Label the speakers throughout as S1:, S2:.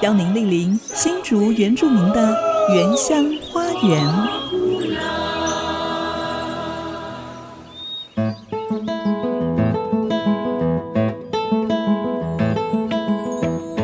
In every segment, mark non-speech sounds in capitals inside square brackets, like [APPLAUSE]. S1: 邀您莅临新竹原住民的原乡花园。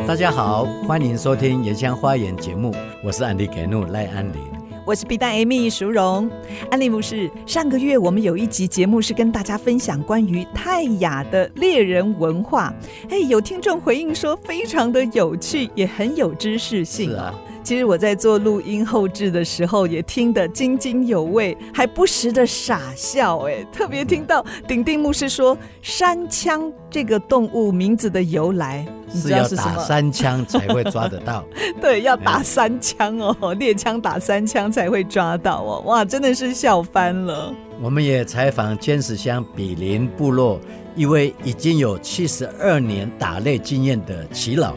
S2: 大家好，欢迎收听《原乡花园》节目，我是安迪给怒赖安林。
S1: 我是 B 站 Amy 淑荣，安利牧师。上个月我们有一集节目是跟大家分享关于泰雅的猎人文化，哎，有听众回应说非常的有趣，也很有知识性。
S2: 是啊，
S1: 其实我在做录音后置的时候，也听得津津有味，还不时的傻笑。哎，特别听到鼎鼎牧师说山枪这个动物名字的由来，你
S2: 是
S1: 知道
S2: 要
S1: 是什
S2: 打
S1: 么？
S2: 三枪才会抓得到。
S1: [LAUGHS] 对，要打三枪哦，猎枪打三枪才会抓到哦。哇，真的是笑翻了。
S2: 我们也采访坚石乡比邻部落一位已经有七十二年打猎经验的耆老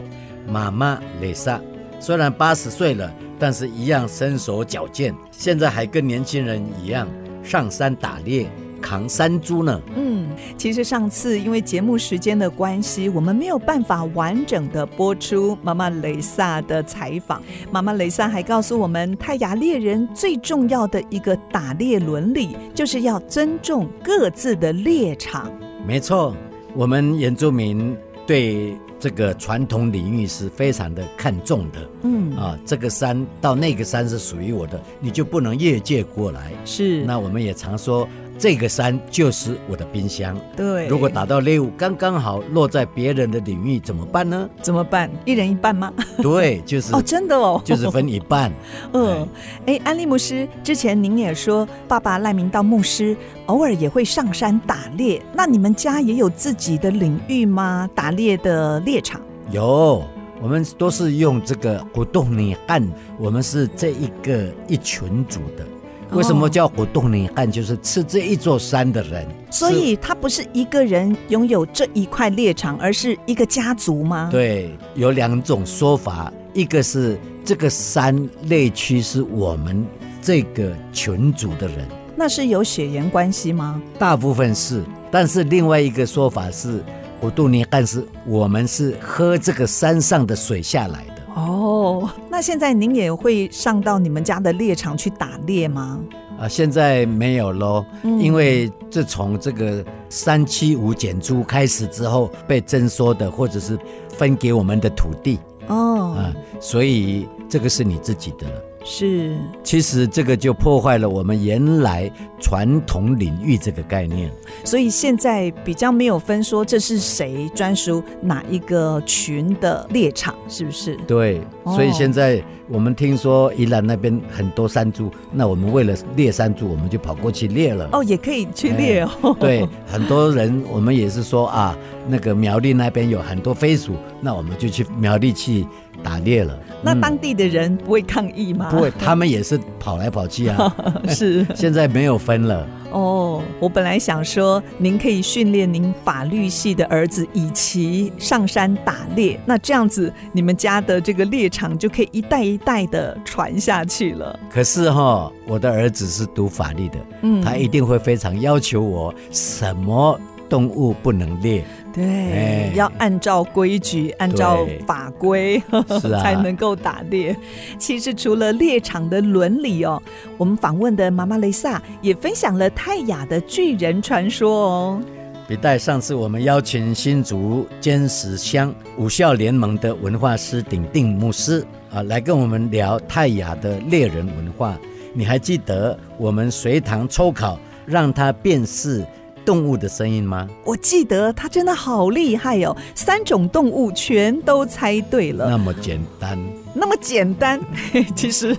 S2: 妈妈蕾莎，虽然八十岁了，但是一样身手矫健，现在还跟年轻人一样上山打猎、扛山猪呢。
S1: 嗯，其实上次因为节目时间的关系，我们没有办法完整的播出妈妈雷萨的采访。妈妈雷萨还告诉我们，泰雅猎人最重要的一个打猎伦理，就是要尊重各自的猎场。
S2: 没错，我们原住民对这个传统领域是非常的看重的。
S1: 嗯，
S2: 啊，这个山到那个山是属于我的，你就不能越界过来。
S1: 是，
S2: 那我们也常说，这个山就是我的冰箱。
S1: 对。
S2: 如果打到猎物刚刚好落在别人的领域，怎么
S1: [LAUGHS]
S2: 办呢？
S1: 怎么办？一人一半吗？
S2: 对，就是、
S1: 哦，真的哦，
S2: 就是分一半。
S1: 嗯，哎，安利牧师，之前您也说，爸爸赖明道牧师偶尔也会上山打猎，那你们家也有自己的领域吗？打猎的猎场？
S2: 有，我们都是用这个古洞尼汉，我们是这一个一群组的。为什么
S1: 哦
S2: 叫古洞尼汉？就是吃这一座山的人。
S1: 所
S2: 是
S1: 以他不是一个人拥有这一块猎场，而是一个家族吗？，
S2: 对，有两种说法，一个是这个山内区是我们这个群组的人，
S1: 那是有血缘关系吗？
S2: 大部分是；但是另外一个说法是，古杜尼汉是我们是喝这个山上的水下来的。
S1: 哦， [LAUGHS] 那现在您也会上到你们家的猎场去打猎吗？
S2: 啊，现在没有喽，
S1: 嗯
S2: 因为自从这个三七五减租开始之后，被征收的或者是分给我们的土地
S1: 哦，
S2: 啊，所以这个是你自己的了。
S1: 是，
S2: 其实这个就破坏了我们原来传统领域这个概念。
S1: 所以现在比较没有分说这是谁专属哪一个群的猎场，是不是？
S2: 对，
S1: 哦
S2: 所以现在我们听说宜兰那边很多山猪，那我们为了猎山猪，我们就跑过去猎了。
S1: 哦，也可以去猎 [LAUGHS] 哦。
S2: 哎对，很多人我们也是说啊，那个苗栗那边有很多飞鼠，那我们就去苗栗去打猎了。
S1: 那
S2: 嗯
S1: 当地的人不会抗议吗？
S2: 不会，他们也是跑来跑去啊。
S1: [LAUGHS] 是
S2: 现在没有分了，
S1: 哦。我本来想说，您可以训练您法律系的儿子以其上山打猎，那这样子你们家的这个猎场就可以一代一代的传下去了。
S2: 可是哈、我的儿子是读法律的，
S1: 嗯
S2: 他一定会非常要求我什么动物不能猎。
S1: 对
S2: 哎，
S1: 要按照规矩，按照
S2: 对
S1: 法规，
S2: 是
S1: [LAUGHS]
S2: 啊
S1: 才能够打猎。其实除了猎场的伦理哦，我们访问的妈妈雷萨也分享了泰雅的巨人传说哦。
S2: 笔袋上次我们邀请新竹坚石乡武校联盟的文化师鼎定牧师啊，来跟我们聊泰雅的猎人文化。你还记得我们随堂抽考让他辨识动物的声音吗？
S1: 我记得他真的好厉害哦，三种动物全都猜对了，
S2: 那么简单，
S1: 那么简单。 [LAUGHS] 其实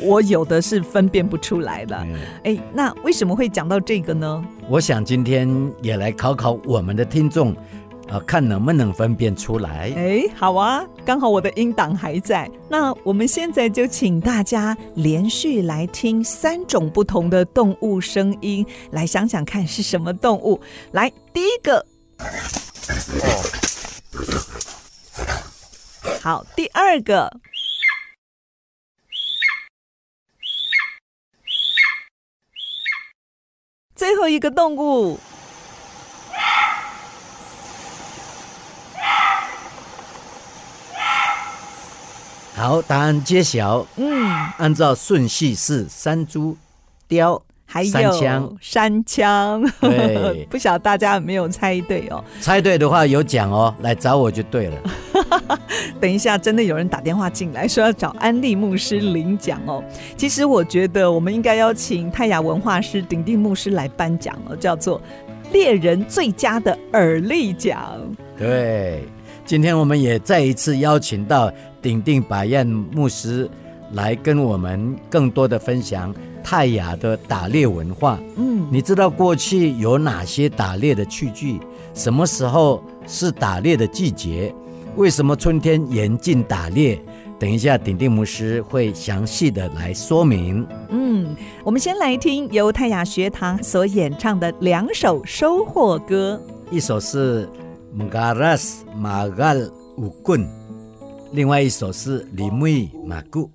S1: 我有的是分辨不出来的。
S2: 嗯
S1: 哎，那为什么会讲到这个呢？
S2: 我想今天也来考考我们的听众，呃，看能不能分辨出来。
S1: 哎，好啊，刚好我的音档还在。那我们现在就请大家连续来听三种不同的动物声音，来想想看是什么动物。来，第一个，好，第二个，最后一个动物。
S2: 好，答案揭晓。
S1: 嗯，
S2: 按照顺序是山猪、雕、
S1: 还有
S2: 三枪。
S1: 山枪
S2: 对
S1: [LAUGHS] 不晓得大家有没有猜对哦？
S2: 猜对的话有奖哦，来找我就对了。
S1: 等一下，真的有人打电话进来说要找安利牧师领奖哦。其实我觉得我们应该邀请泰雅文化师鼎鼎牧师来颁奖哦，叫做猎人最佳的耳力奖。
S2: 对，今天我们也再一次邀请到鼎鼎百彦牧师来跟我们更多的分享泰雅的打猎文化。
S1: 嗯，
S2: 你知道过去有哪些打猎的器具？什么时候是打猎的季节？为什么春天严禁打猎？等一下，鼎鼎牧师会详细的来说明。
S1: 嗯，我们先来听由泰雅学堂所演唱的两首收获歌。
S2: 一首是 Mgaras Magal Ukun，另外一首是 Limui Magu。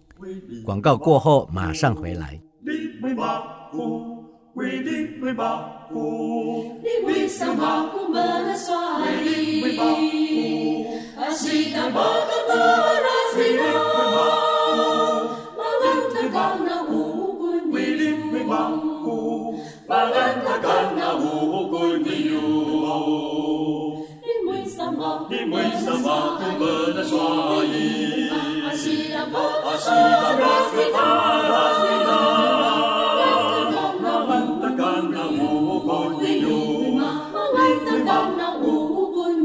S2: 广告过后马上回来。
S3: Liwi sama ku melesari Asyik bakal berasiro Malang tegak na ukun Malang tegak na ukun Liwi sama ku melesari Asyik bakal berasiro Malang tegak na ukun Malang tegak na ukun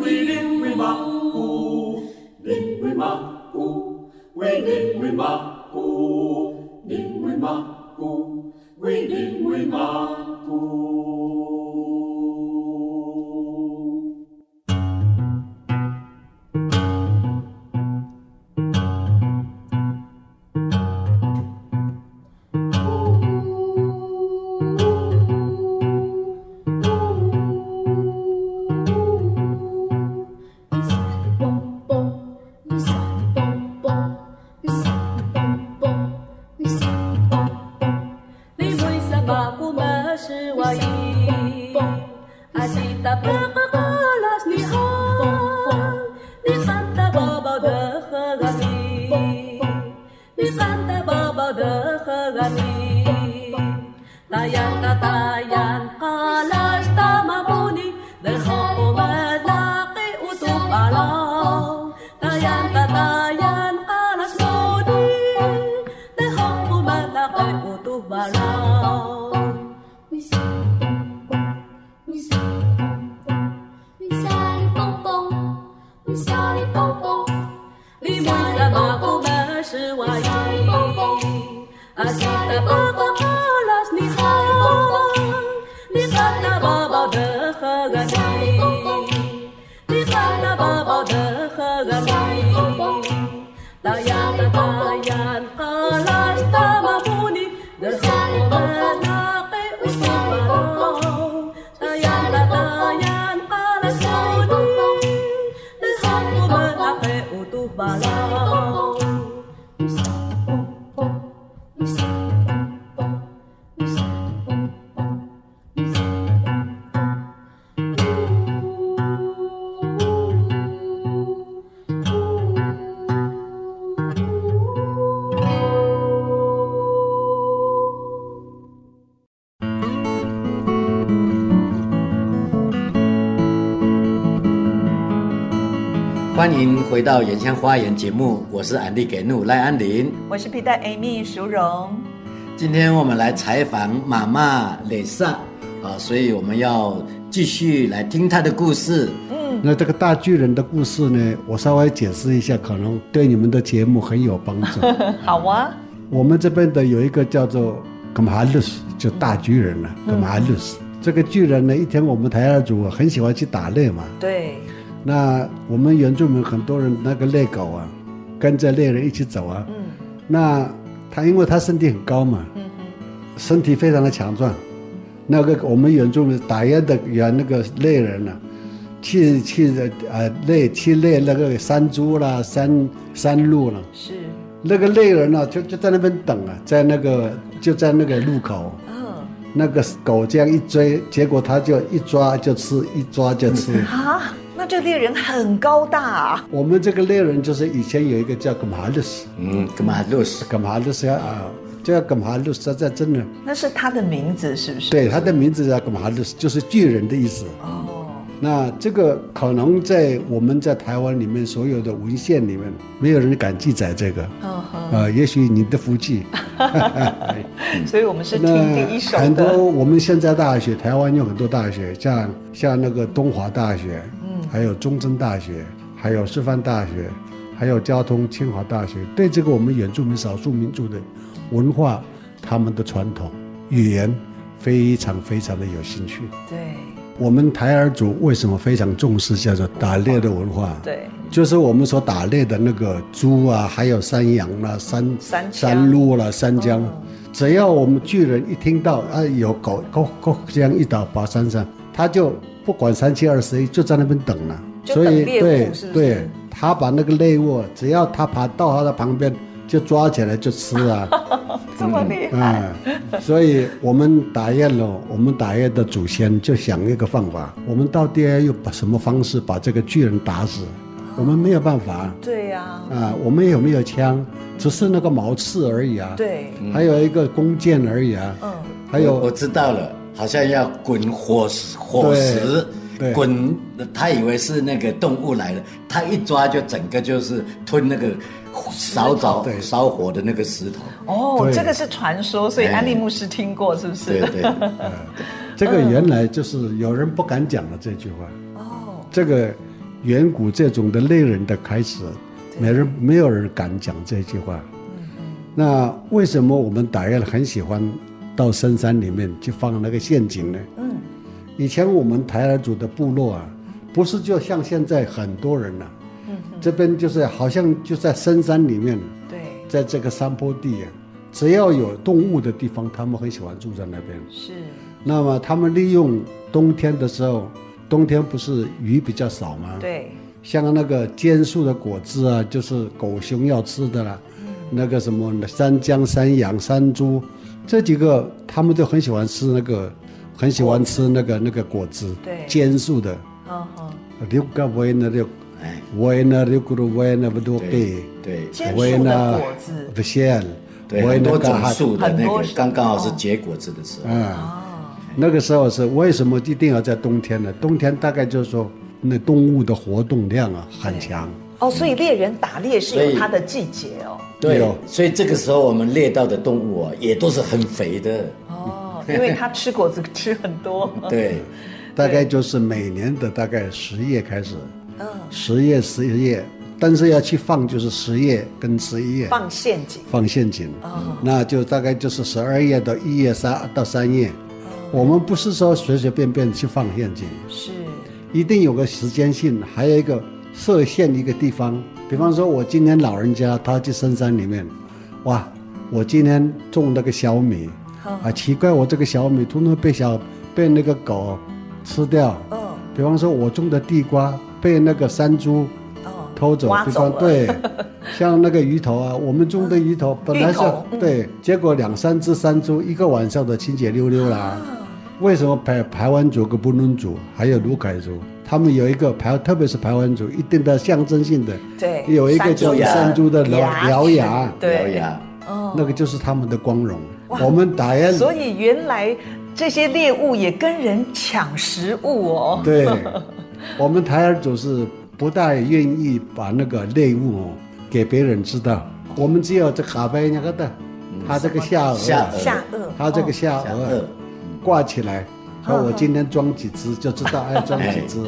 S3: Maku. 雨伞蹦蹦，雨伞蹦蹦，雨伞蹦蹦，雨伞蹦蹦，
S4: 你为什么不满是我意？阿西达巴巴巴拉你好，你三大宝宝的和阿你，你三大宝宝的和阿你，大呀大大呀哈拉达玛布尼，能好我们拉给乌苏巴拉，大呀大大呀哈拉苏尼，能好我们拉给乌苏巴拉。
S3: 雨伞蹦蹦，雨伞蹦蹦，雨伞里蹦蹦，雨伞里
S4: 你
S3: 蹦蹦，
S4: 为什么不满是我意？阿西达巴巴巴拉你好，你看那宝宝的和个你，你看那宝宝的和个你，大呀大大呀哈拉达玛布尼，的和我们那给乌苏巴拉，大呀大大呀哈拉苏尼。Desaku menate utuh balau
S3: 雨伞蹦蹦，雨伞蹦蹦，雨伞蹦蹦，雨伞蹦蹦。
S2: 欢迎回到《原乡花园》节目，我是安利给怒赖安林。
S1: 我是皮带 Amy 淑荣。
S2: 今天我们来采访妈妈蕾莎啊，所以我们要继续来听她的故事。
S5: 那这个大巨人的故事呢，我稍微解释一下，可能对你们的节目很有帮助。
S1: 好啊，
S5: 我们这边的有一个叫做 g a m a l u s 就大巨人了、啊。g a m a l u s 这个巨人呢，以前我们台儿族啊很喜欢去打猎嘛。
S1: 对，
S5: 那我们原住民很多人那个猎狗啊，跟着猎人一起走啊，
S1: 嗯
S5: 那他因为他身体很高嘛，
S1: 嗯
S5: 身体非常的强壮，那个我们原住民打猎的原那个猎人呢、去去呃猎去猎那个山猪啦、山山鹿啦，
S1: 是，
S5: 那个猎人呢、就就在那边等啊，在那个就在那个路口，
S1: 嗯
S5: 那个狗这样一追，结果他就一抓就吃，一抓就吃。
S1: 啊，那这猎人很高大啊，
S5: 我们这个猎人就是以前有一个叫 g a m a l u s
S6: 嗯，干嘛六十？
S5: g a m a l u s 啊，叫 g a m a l u s 他在真的，
S1: 那是他的名字是不是？
S5: 对，他的名字叫 g a m a l u s 就是巨人的意思。
S1: 哦，
S5: 那这个可能在我们在台湾里面所有的文献里面，没有人敢记载这个。
S1: 嗯哼，
S5: 呃，也许你的福气。
S1: 所以我们是听第一手
S5: 很多
S1: 的，
S5: 我们现在大学，台湾有很多大学，像像那个东华大学，嗯，还有中正大学，还有师范大学，还有交通清华大学，对这个我们原住民少数民族的文化、他们的传统、语言，非常非常的有兴趣。
S1: 对
S5: 我们台儿族为什么非常重视叫做打猎的文化？
S1: 对，
S5: 就是我们所打猎的那个猪啊，还有山羊啦、山
S1: 山羌嗯
S5: 山鹿啦、山姜，只要我们巨人一听到啊有狗狗狗这样一倒爬山上，他就不管三七二十一，就在那边等了。
S1: 就
S5: 所以
S1: 等猎物
S5: 对
S1: 是不是
S5: 对，他把那个猎物，只要他爬到他的旁边，就抓起来就吃啊。
S1: [LAUGHS] 这么厉害，
S5: 啊、所以我们打猎了，我们打猎的祖先就想一个方法，我们到底要用什么方式把这个巨人打死？我们没有办法啊、
S1: 对呀、
S5: 我们有没有枪？只是那个毛刺而已啊，，
S1: 对，
S5: 还有一个弓箭而已啊，
S1: 嗯，
S5: 还
S6: 我我
S5: 有
S6: 知道了，好像要滚火石，火石
S5: 对对
S6: 滚，他以为是那个动物来了，他一抓就整个就是吞那个烧着
S5: 对
S6: 烧火的那个石头，
S1: 哦，
S5: 对
S1: 这个是传说，所以
S6: 哎
S1: 安利牧师听过是不是？
S6: 对
S5: [LAUGHS]
S6: 对，
S5: 这个
S1: 嗯
S5: 原来就是有人不敢讲的这句话，
S1: 哦，
S5: 这个远古这种的类人的开始，没人没有人敢讲这句话。
S1: 嗯
S5: 那为什么我们打猎很喜欢到深山里面去放那个陷阱呢？
S1: 嗯，
S5: 以前我们台儿族的部落啊，不是就像现在很多人啊呐、这边就是好像就在深山里面，
S1: 嗯对，
S5: 在这个山坡地、啊，只要有动物的地方，他们很喜欢住在那边。
S1: 是，
S5: 那么他们利用冬天的时候，冬天不是鱼比较少吗？，
S1: 对，
S5: 像那个尖树的果子啊，就是狗熊要吃的啦，
S1: 嗯
S5: 那个什么山姜、山羊、山猪，这几个他们就很喜欢吃那个，很喜欢吃那个那个果子，
S1: 对
S5: 尖树的。
S1: 嗯哼，
S5: 六个维呢六，
S6: 哎，
S5: 维呢六个维呢不多给，
S6: 对，
S1: 坚
S5: 维
S1: 树的
S5: 呢
S1: 果子，
S5: 不鲜，
S6: 对，
S5: 维
S6: 很
S5: 呢
S6: 多
S5: 干
S6: 种
S5: 哈
S6: 树的那
S1: 很多
S6: 个
S1: 种
S6: 刚刚好是结果子的时候，
S5: 啊。
S1: 哦，
S5: 那个时候是为什么一定要在冬天呢？冬天大概就是说，那动物的活动量啊很强。
S1: 哦，所以猎人打猎是
S6: 所以
S1: 有它的季节哦，
S6: 对
S5: 有，
S6: 所以这个时候我们猎到的动物啊，也都是很肥的，
S1: 哦，因为他吃果子 [LAUGHS] 吃很多，
S6: 对，
S5: 大概就是每年的大概十月开始，
S1: 嗯，
S5: 十月、十一月，但是要去放就是十月跟十一月
S1: 放陷阱，
S5: 放陷阱，
S1: 哦
S5: 那就大概就是十二月到一月三到三
S1: 哦
S5: 月。我们不是说随随便便去放陷阱，
S1: 是，
S5: 一定有个时间性，还有一个设限一个地方。比方说，我今天老人家他去深山里面，哇，我今天种那个小米，
S1: 哦
S5: 啊，奇怪，我这个小米通通被小被那个狗吃掉。
S1: 嗯，
S5: 比方说，我种的地瓜被那个山猪
S1: 哦，
S5: 偷走，
S1: 挖
S5: 比
S1: 走
S5: 方
S1: 了，
S5: 对，
S1: [LAUGHS]
S5: [LAUGHS] 像那个鱼头啊，我们种的鱼头本来是
S1: 芋头嗯
S5: 对，结果两三只山猪一个晚上的清洁溜溜啦。
S1: 嗯
S5: 为什么排排湾族跟布农族还有卢凯族，他们有一个排，特别是排湾族一定的象征性的，
S1: 对
S5: 有一个叫
S1: 山猪牙
S5: 山猪的獠獠牙，
S6: 獠
S1: 对，
S6: 牙，
S5: 那个就是他们的光荣。我们打雁，
S1: 所以原来这些猎物也跟人抢食物哦，
S5: 对，我们台儿族是不大愿意把那个猎物哦给别人知道，我们只有这卡贝那个的，
S7: 嗯
S5: 他这个下颚，
S6: 下颚
S1: 下颚，
S5: 他这个下
S6: 下
S5: 颚
S7: 哦
S6: 颚
S5: 挂起来，那我今天装几只就知
S7: [LAUGHS]
S5: 道哎装几只，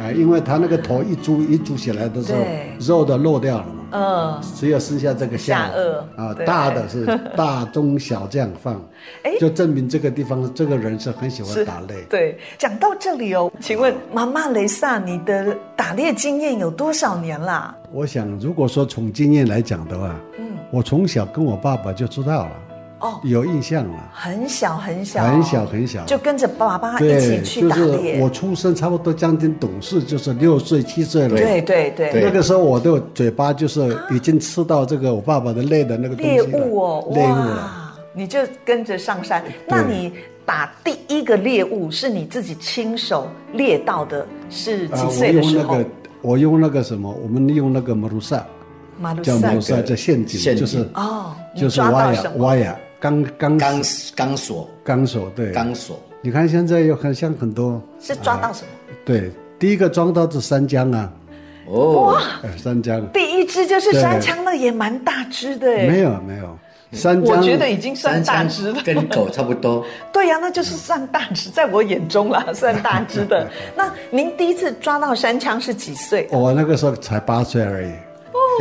S5: 哎，因为他那个头一猪一猪起来的时候
S1: 对，
S5: 肉都漏掉了嘛，
S7: 嗯，
S5: 只有剩下这个下
S7: 下颚
S5: 啊，
S7: 对
S5: 大的是大中小这样放
S7: [LAUGHS] 哎，
S5: 就证明这个地方这个人是很喜欢
S7: 是
S5: 打擂。
S7: 对，讲到这里哦，请问妈妈雷萨，你的打猎经验有多少年啦？
S5: 我想，如果说从经验来讲的话，
S7: 嗯，
S5: 我从小跟我爸爸就知道了，
S7: 哦，
S5: 有印象了，
S7: 很小很小，
S5: 很小很小，
S7: 就跟着爸爸一
S5: 对，
S7: 起去
S5: 就
S7: 打
S5: 是
S7: 猎。
S5: 我出生差不多将近懂事，就是六岁七岁了。
S7: 对对对
S5: 那个时候我的嘴巴就是已经吃到这个我爸爸的累的那个东西
S7: 猎
S5: 了，
S7: 物哦，
S5: 猎物啊了。
S7: 哇，你就跟着上山。那你打第一个猎物是你自己亲手猎到的，是
S5: 啊，
S7: 几
S5: 我
S7: 岁的
S5: 用
S7: 时
S5: 那
S7: 候
S5: 个？，我用那个什么，我们用那个马鲁萨，
S7: 马路
S5: 叫马鲁
S7: 上
S5: 萨，叫陷
S2: 陷
S5: 阱，
S2: 阱
S5: 就是
S7: 哦，你
S5: 就是
S7: 抓
S5: 挖
S7: 到
S5: 呀
S7: 什么？
S5: 挖呀，钢钢
S2: 钢钢索，
S5: 钢索对。
S2: 钢索，
S5: 你看现在有很像很多，啊
S7: 是抓到什么？
S5: 对，第一个装到是三江啊，
S2: 哦，
S7: 啊
S5: 呃三江
S7: 第一只就是
S5: 对
S7: 山枪，那也蛮大只的哎。
S5: 没有没有，三江
S7: 我觉得已经算
S2: 三
S7: 大
S2: 三
S7: 只了。
S2: 跟狗差不多，
S7: 对呀、那就是算大只，在我眼中啦， [LAUGHS] 算大只
S5: [LAUGHS]
S7: 的。那您第一次抓到山枪是几岁？
S5: 我那个时候才八岁而已，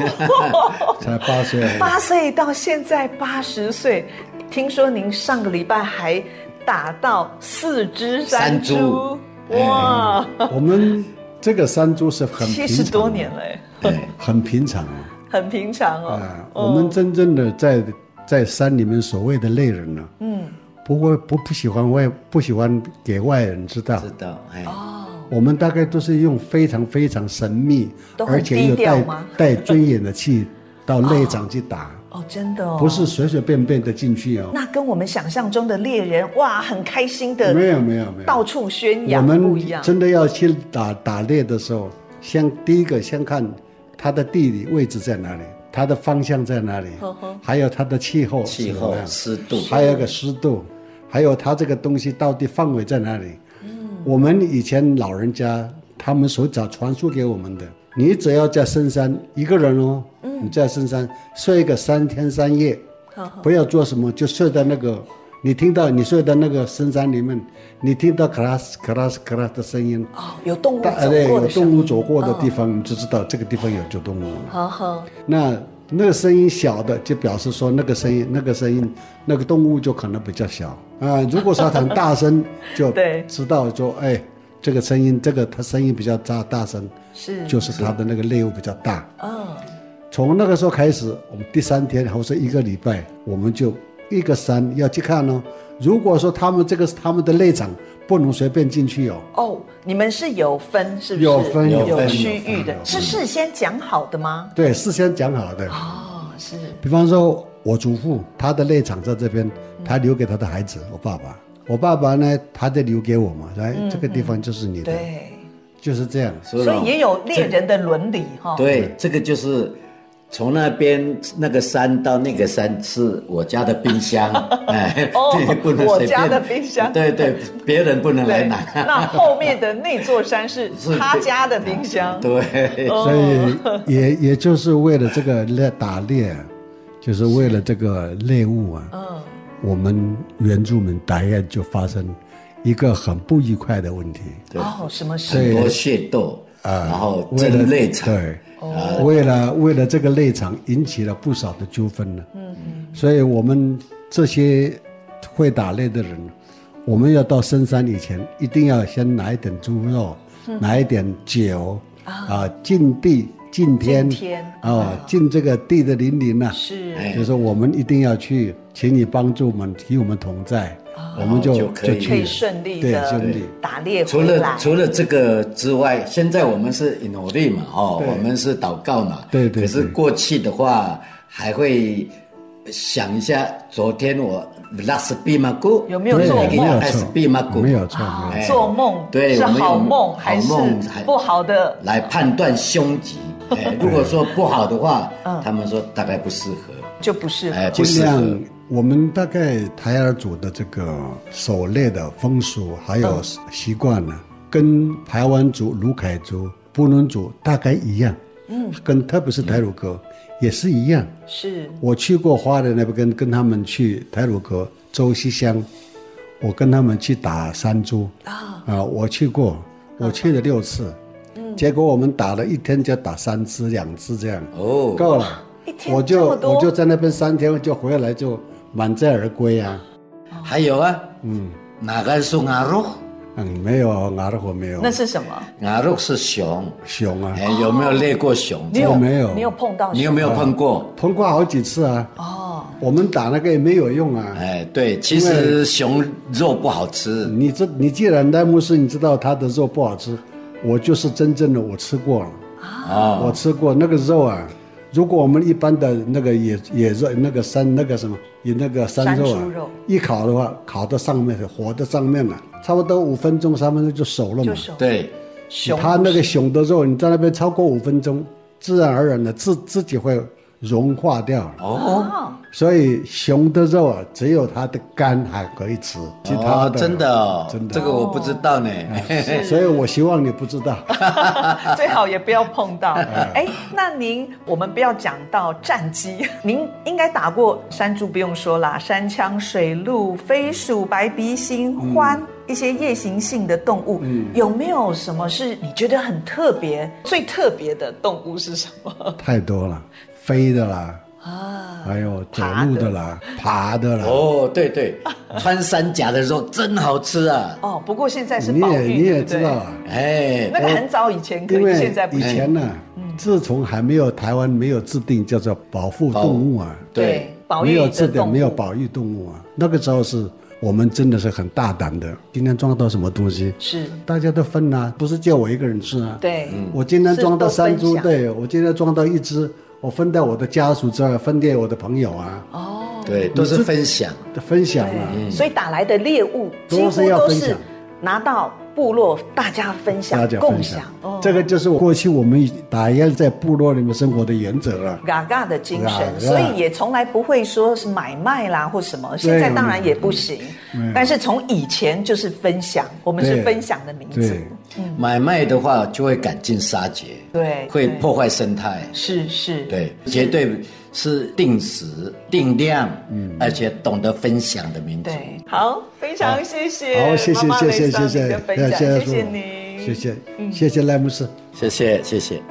S5: [LAUGHS] 才八岁而已，
S7: 哦八岁到现在八十岁，听说您上个礼拜还打到四只
S2: 山
S7: 山猪
S2: 猪，
S7: 哇，
S5: 我们这个山猪是哎很
S7: 七
S5: 平
S7: 十
S5: 常，
S7: 多年，了哎，
S2: 对，
S5: 很平常
S7: 很平常
S5: 啊、
S7: 哦。
S5: 我们真正的在在山里面所谓的类人呢、
S7: 哦
S5: 嗯，不会不不喜欢外不喜欢给外人知道
S2: 知，道，哎，
S7: 哦
S5: 我们大概都是用非常非常神秘，
S7: 都很
S5: 而且又
S7: 低调
S5: 带
S7: 吗
S5: [LAUGHS] 带尊严的去到内场去打，
S7: 哦，真的哦，
S5: 不是。随随便便的进去哦。
S7: 那跟我们想象中的猎人哇，很开心的，
S5: 没有没有没有
S7: 到处宣
S5: 我
S7: 扬
S5: 们
S7: 不一样。
S5: 真的要去打打猎的时候，先第一个先看它的地理位置在哪里，它的方向在哪里，还有它的气候是
S2: 气
S5: 怎么
S2: 候
S5: 样
S2: 湿度
S5: 还有一个湿度，还有它这个东西到底范围在哪里。我们以前老人家他们所讲传输给我们的，你只要在深山一个人哦，
S7: 嗯
S5: 你在深山睡个三天三夜，不要做什么，就睡在那个，你听到你睡在那个深山里面，你听到咔啦咔啦咔啦的声音，
S7: 哦，有动物
S5: 大
S7: 走
S5: 对
S7: 过
S5: 有
S7: 的时候嗯
S5: 动，物走过的地方，你就知道这个地方有有动物了。
S7: 呵呵，
S5: 那那个声音小的，就表示说那个声音、那个声音、那个动物就可能比较小啊、如果说它很大声，就
S7: [LAUGHS] 对
S5: 知道说，哎，这个声音，这个它声音比较大大声，
S7: 是
S5: 就是它的那个猎物比较大。
S7: 嗯。
S5: 从那个时候开始，我们第三天或者一个礼拜，我们就一个山要去看哦。如果说他们这个是他们的猎场，不能随便进去哦。
S7: 哦，你们是有分是不是？
S5: 有分
S7: 有
S5: 有分
S7: 区
S5: 有分
S7: 域的
S5: 有，分
S7: 是事先讲好的吗？
S5: 对，事先讲好的。
S7: 哦，是
S5: 比方说，我祖父他的内场在这边，他留给他的孩子，我爸爸。我爸爸呢，他就留给我嘛，来、这个地方就是你的，
S7: 嗯对，
S5: 就是这样。
S2: 所
S7: 所以也有猎人哦的伦理哈。，
S2: 对，这个就是从那边那个山到那个山是我家的冰
S7: [LAUGHS]
S2: 箱，哎，
S7: 哦
S2: 这也不能
S7: 我
S2: 随便
S7: 家的冰箱
S2: 对对，别人不能来
S7: 对，
S2: 拿，
S7: 那后面的那座山是
S2: 是
S7: 他家的冰箱。 [LAUGHS]
S2: 对，
S7: 哦
S5: 所以也也就是为了这个猎打猎，就是为了这个猎物啊，
S7: 嗯，
S5: 我们原住民打猎就发生一个很不愉快的问题。
S2: 对
S7: 哦，什么事？
S2: 很多械斗，然后
S5: 啊为了
S2: 争内场，
S5: 对，为了为了这个内场引起了不少的纠纷呢。嗯嗯，所以我们这些会打猎的人，我们要到深山以前，一定要先拿一点猪肉，拿一点酒啊，敬地敬天，
S7: 敬天
S5: 啊，敬这个地的林林呐。
S7: 是
S2: 哎
S5: 就是我们一定要去，请你帮助我们，与我们同在，我们就
S2: 就可以
S5: 去
S7: 可以顺利
S5: 对
S7: 的
S5: 顺利。
S7: 打猎
S2: 除
S7: 回
S2: 了
S7: 来。
S2: 除了这个之外，现在我们是努力嘛，哦，我们是祷告嘛，
S5: 对对
S2: 可是
S5: 对
S2: 过去的话，还会想一下，昨天我拉斯比马古
S7: 有没有
S5: 对
S7: 做
S2: 那
S7: 梦
S2: 个
S5: 没有
S2: 拉斯比马
S5: 错，
S2: 古
S5: 没有错，
S7: 啊
S5: 没有错。
S7: 做梦
S2: 哎对
S7: 是
S2: 我们有
S7: 好
S2: 好
S7: 梦
S2: 梦
S7: 还是
S2: 还
S7: 不好的？
S2: 来判断凶吉。哎，如果说不好的话，
S7: 嗯
S2: 他们说大概不适合，
S7: 就不是
S2: 哎，不
S5: 尽
S2: 适合
S5: 量。我们大概台儿族的这个狩猎的风俗还有习惯呢、跟台湾族、卢凯族、布农族大概一样。嗯，跟特别是台鲁阁、也是一样。
S7: 是
S5: 我去过花莲那边跟跟他们去台鲁阁周溪乡，啊我跟他们去打山猪啊、我去过，我去了六次。嗯，结果我们打了一天就打三只、两只这样，
S6: 哦，
S5: 够了。
S1: 一天
S5: 我
S1: 这
S5: 就
S1: 么多
S5: 我就在那边三天就回来就满载而归啊。
S6: 还有啊，
S5: 嗯
S6: 哪个是鸭肉？
S5: 嗯，没有阿拉火没有
S1: 那是什么？
S6: 鸭肉是熊，
S5: 熊啊
S6: 哎，，有没有猎过熊？
S1: 你有
S5: 没有
S1: 你有碰
S7: 哦
S1: 到
S6: 你有没有碰过？
S5: 碰过好几次啊。
S1: 哦，
S5: 我们打那个也没有用啊。
S6: 哎，对，其实熊肉不好吃，
S5: 你这你既然戴牧师，你知道它的肉不好吃，我就是真正的我吃过了，
S6: 哦，
S5: 我吃过那个肉啊。如果我们一般的那个野野肉，那个山那个什么，也那个山肉啊，
S1: 山猪肉
S5: 一烤的话，烤到上面，火到上面了、差不多五分钟、三分钟就熟了嘛
S1: 就。手
S6: 对，
S7: 哦
S1: 熊
S5: 它那个熊的肉，你在那边超过五分钟，自然而然的自自己会融化掉。
S6: 哦，
S1: 哦，
S5: 所以熊的肉啊，只有它的肝还可以吃，其他
S6: 哦，
S5: 的、
S6: 真的哦，
S5: 真的哎
S6: 这个我不知道呢。
S5: 所以我希望你不知
S6: [LAUGHS]
S5: 道，
S1: [LAUGHS] 最好也不要碰到。
S5: 嗯
S1: 哎，那您我们不要讲到战机， [LAUGHS] 您应该打过山猪，不用说啦，山枪、水鹿、飞鼠、白鼻星、獾。一些夜行性的动物，
S5: 嗯
S1: 有没有什么是你觉得很特别、最特别的动物是什么
S5: [LAUGHS] 太多了，飞的啦，
S1: 啊？
S5: 还有走
S1: 爬
S5: 路
S1: 的
S5: 的啦，爬的啦。
S6: [LAUGHS] 哦，对对，穿山甲的肉真好吃啊！
S1: 哦，不过现在是
S5: 你
S1: 保
S5: 也
S1: 育，
S5: 你
S1: 对
S5: 也
S1: 不
S5: 知
S1: 对
S5: 道啊，
S6: 哎，
S1: 那个很早以前可
S5: 因
S1: 以，
S5: 为
S1: 现在不
S5: 以
S1: 行。嗯
S5: 前呢、自从还没有台湾没有制定叫做保护动物啊，
S6: 对，
S1: 保
S5: 没
S1: 育
S5: 有
S1: 的
S5: 制定
S1: 动物
S5: 没有保育动物啊，那个时候是我们真的是很大胆的，今天撞到什么东西，
S1: 是，
S5: 大家都分啊，不是就我一个人吃啊。
S1: 对，
S5: 我今天装到三
S1: 是都
S5: 株，
S1: 分享
S5: 对我今天装到一只，我分到我的家属这儿，分给我的朋友啊，
S1: 哦，
S6: 对，都是分享。
S5: 分享啊。
S1: 对，所以打来的猎物几
S5: 都
S1: 乎
S5: 是要
S1: 都
S5: 分
S1: 是
S5: 享
S1: 拿到部落大家分
S5: 大
S1: 享、
S5: 家
S1: 共
S5: 分享
S1: 享。哦，，
S5: 这个就是过去我们打压在部落里面生活的原则了。
S1: 嘎嘎的精神，
S5: 嘎嘎
S1: 所以也从来不会说是买卖啦或什么，现在当然也不行
S5: 嗯，
S1: 但是从以前就是分享，我们是
S5: 对
S1: 分享的民族，
S5: 对，
S6: 买卖的话就会赶尽杀绝，
S1: 对
S6: 会
S1: 对
S6: 破坏生态，
S1: 是是，
S6: 对，绝对是定时定量，嗯，而且懂得分享的民族。
S1: 对，好，非常谢谢，
S5: 好，谢谢
S1: 妈妈
S5: 谢谢
S1: 蕾莎
S5: 谢哎
S1: 你
S5: 谢
S1: 的，分享，谢谢您，嗯
S5: 谢谢谢谢赖牧师。
S6: 谢谢，谢谢。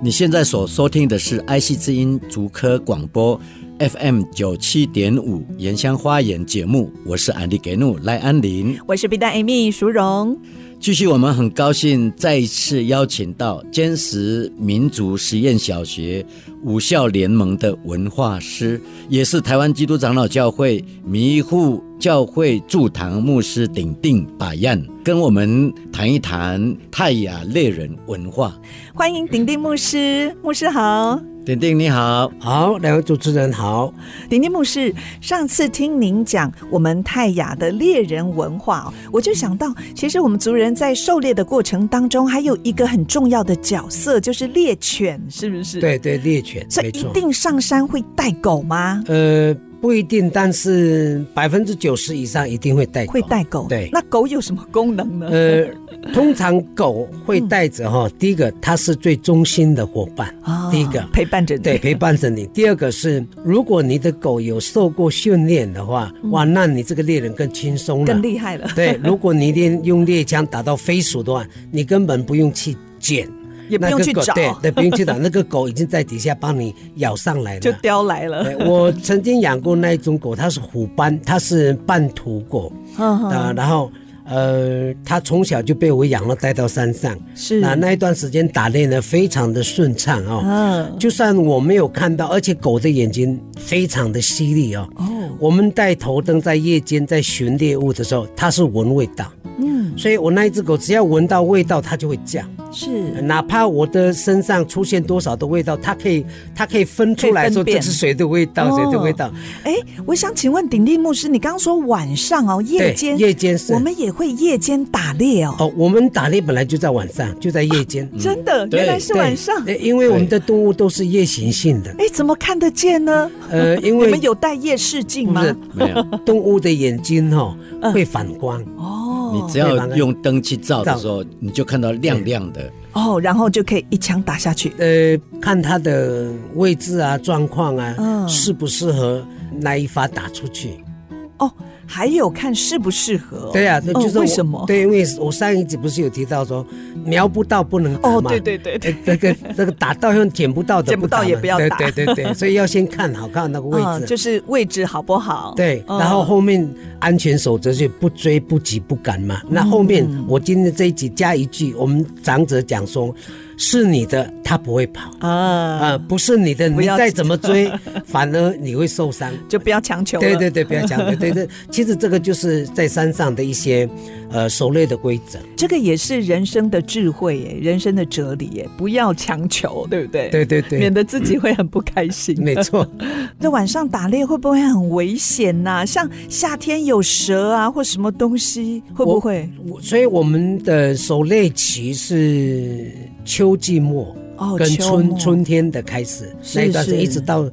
S6: 你现在所收听的是 IC 之音竹科广播 FM 九七点五原乡花园节目，我是安迪给努赖安林。
S1: 我是 B 站 Amy 淑荣，
S6: 继续，我们很高兴再一次邀请到坚实民族实验小学五校联盟的文化师，也是台湾基督长老教会迷糊教会驻堂牧师顶定把彦，跟我们谈一谈泰雅猎人文化。
S1: 欢迎鼎鼎牧师，牧师好。
S6: 顶定你好，
S2: 好，两位主持人好。
S1: 鼎鼎牧师，上次听您讲我们泰雅的猎人文化哦，我就想到，其实我们族人在狩猎的过程当中，还有一个很重要的角色，就是猎犬，是不是？，
S2: 对对，猎犬
S1: 所以
S2: 没
S1: 一
S2: 错。
S1: 定上山会带狗吗？
S2: 呃，不一定，但是百分之九十以上一定会带狗。
S1: 会带狗，
S2: 对
S1: 那狗有什么功能呢？
S2: 呃，通常狗会带着哈，第一个它是最忠心的伙伴，
S1: 嗯啊
S2: 第一个
S1: 陪伴着你，
S2: 对，陪伴着你。第二个是，如果你的狗有受过训练的话，哇，那你这个猎人更轻松了，
S1: 嗯更厉害了，
S2: 对，如果你连用猎枪打到飞鼠的话，你根本不用去捡，
S1: 也不用去找
S2: 那个狗对对，不用去找，那个狗已经在底下帮你咬上来了。
S1: 就叼来
S2: [LAUGHS]
S1: 了。
S2: 对哎我曾经养过那一种狗，它是虎斑，它是半途狗
S1: 嗯
S2: 啊、
S1: 哼
S2: 然后呃，它从小就被我养了，带到山上。
S1: 是
S2: 那那一段时间打猎呢，非常的顺畅哦。
S1: 嗯
S2: 就算我没有看到，而且狗的眼睛非常的犀利哦。
S1: 哦
S2: 我们带头灯在夜间在寻猎物的时候，它是闻味道，
S1: 嗯，
S2: 所以我那一只狗只要闻到味道，它就会叫。
S1: 是
S2: 哪怕我的身上出现多少的味道，它可以，它可以分出
S1: 可以
S2: 来
S1: 分
S2: 说
S1: 辨
S2: 这是谁的味
S1: 哦
S2: 道，谁的味道。
S1: 哎，我想请问鼎力牧师，你刚刚说晚上哦，夜
S2: 对
S1: 间
S2: 夜间是
S1: 我们也会夜间打猎哦，
S2: 哦，我们打猎本来就在晚上，就在夜间。
S1: 真的，
S6: 对
S1: 原来哦是
S2: 嗯对
S1: 晚上。
S2: 对因为我们的动物都是夜行性的。
S1: 哎，怎么看得见呢？ [LAUGHS]
S2: 呃因为
S1: 你们有戴夜视镜镜吗嗯
S2: 不？是
S6: 没有，
S2: 动物的眼睛哈、哦、会反光，
S1: 哦，
S6: 你只要用灯去照的时候，你就看到亮亮的。
S1: 哦，然后就可以一枪打下去。
S2: 呃，看它的位置啊、状况啊，
S1: 嗯
S2: 适不适合那一发打出去。
S1: 哦，还有看适不适合哦。
S2: 对呀、啊，那
S1: 哦
S2: 就是我
S1: 为什么？
S2: 对，因为我上一集不是有提到说，瞄不到不能打
S1: 哦，
S2: 嘛。
S1: 对对对对
S2: 呃。那个那个打到用捡不到
S1: [LAUGHS]
S2: 的，
S1: 捡不到也不要打
S2: 对对对
S1: [LAUGHS]
S2: 对，所以要先看好看那个位置，啊
S1: 嗯，就是位置好不好？
S2: 对，
S1: 嗯
S2: 然后后面安全守则是不追、不急、不赶嘛。
S1: 嗯
S2: 那后面我今天这一集加一句，我们长者讲说，是你的他不会跑，啊、
S1: 啊，
S2: 不是你的
S1: 不
S2: 你
S1: 要
S2: 再怎
S1: [LAUGHS]
S2: 么追，反而你会受伤。
S1: 就不要强求了。
S2: 对对对，不要讲对对对，其实这个就是在山上的一些呃狩猎的规则。
S1: 这个也是人生的智慧耶，人生的哲理耶，不要强求，对不对？
S2: 对对对
S1: 免得自己会很不开心。
S2: 没错，
S1: 那晚上打猎会不会很危险呐、像夏天有蛇啊，或什么东西，会不会？
S2: 我 [LAUGHS] 所以我们的狩猎期是秋季末
S1: 哦
S2: 跟
S1: 秋末
S2: 春春天的开始
S1: 是
S2: 那一段时间，
S1: 是
S2: 一直到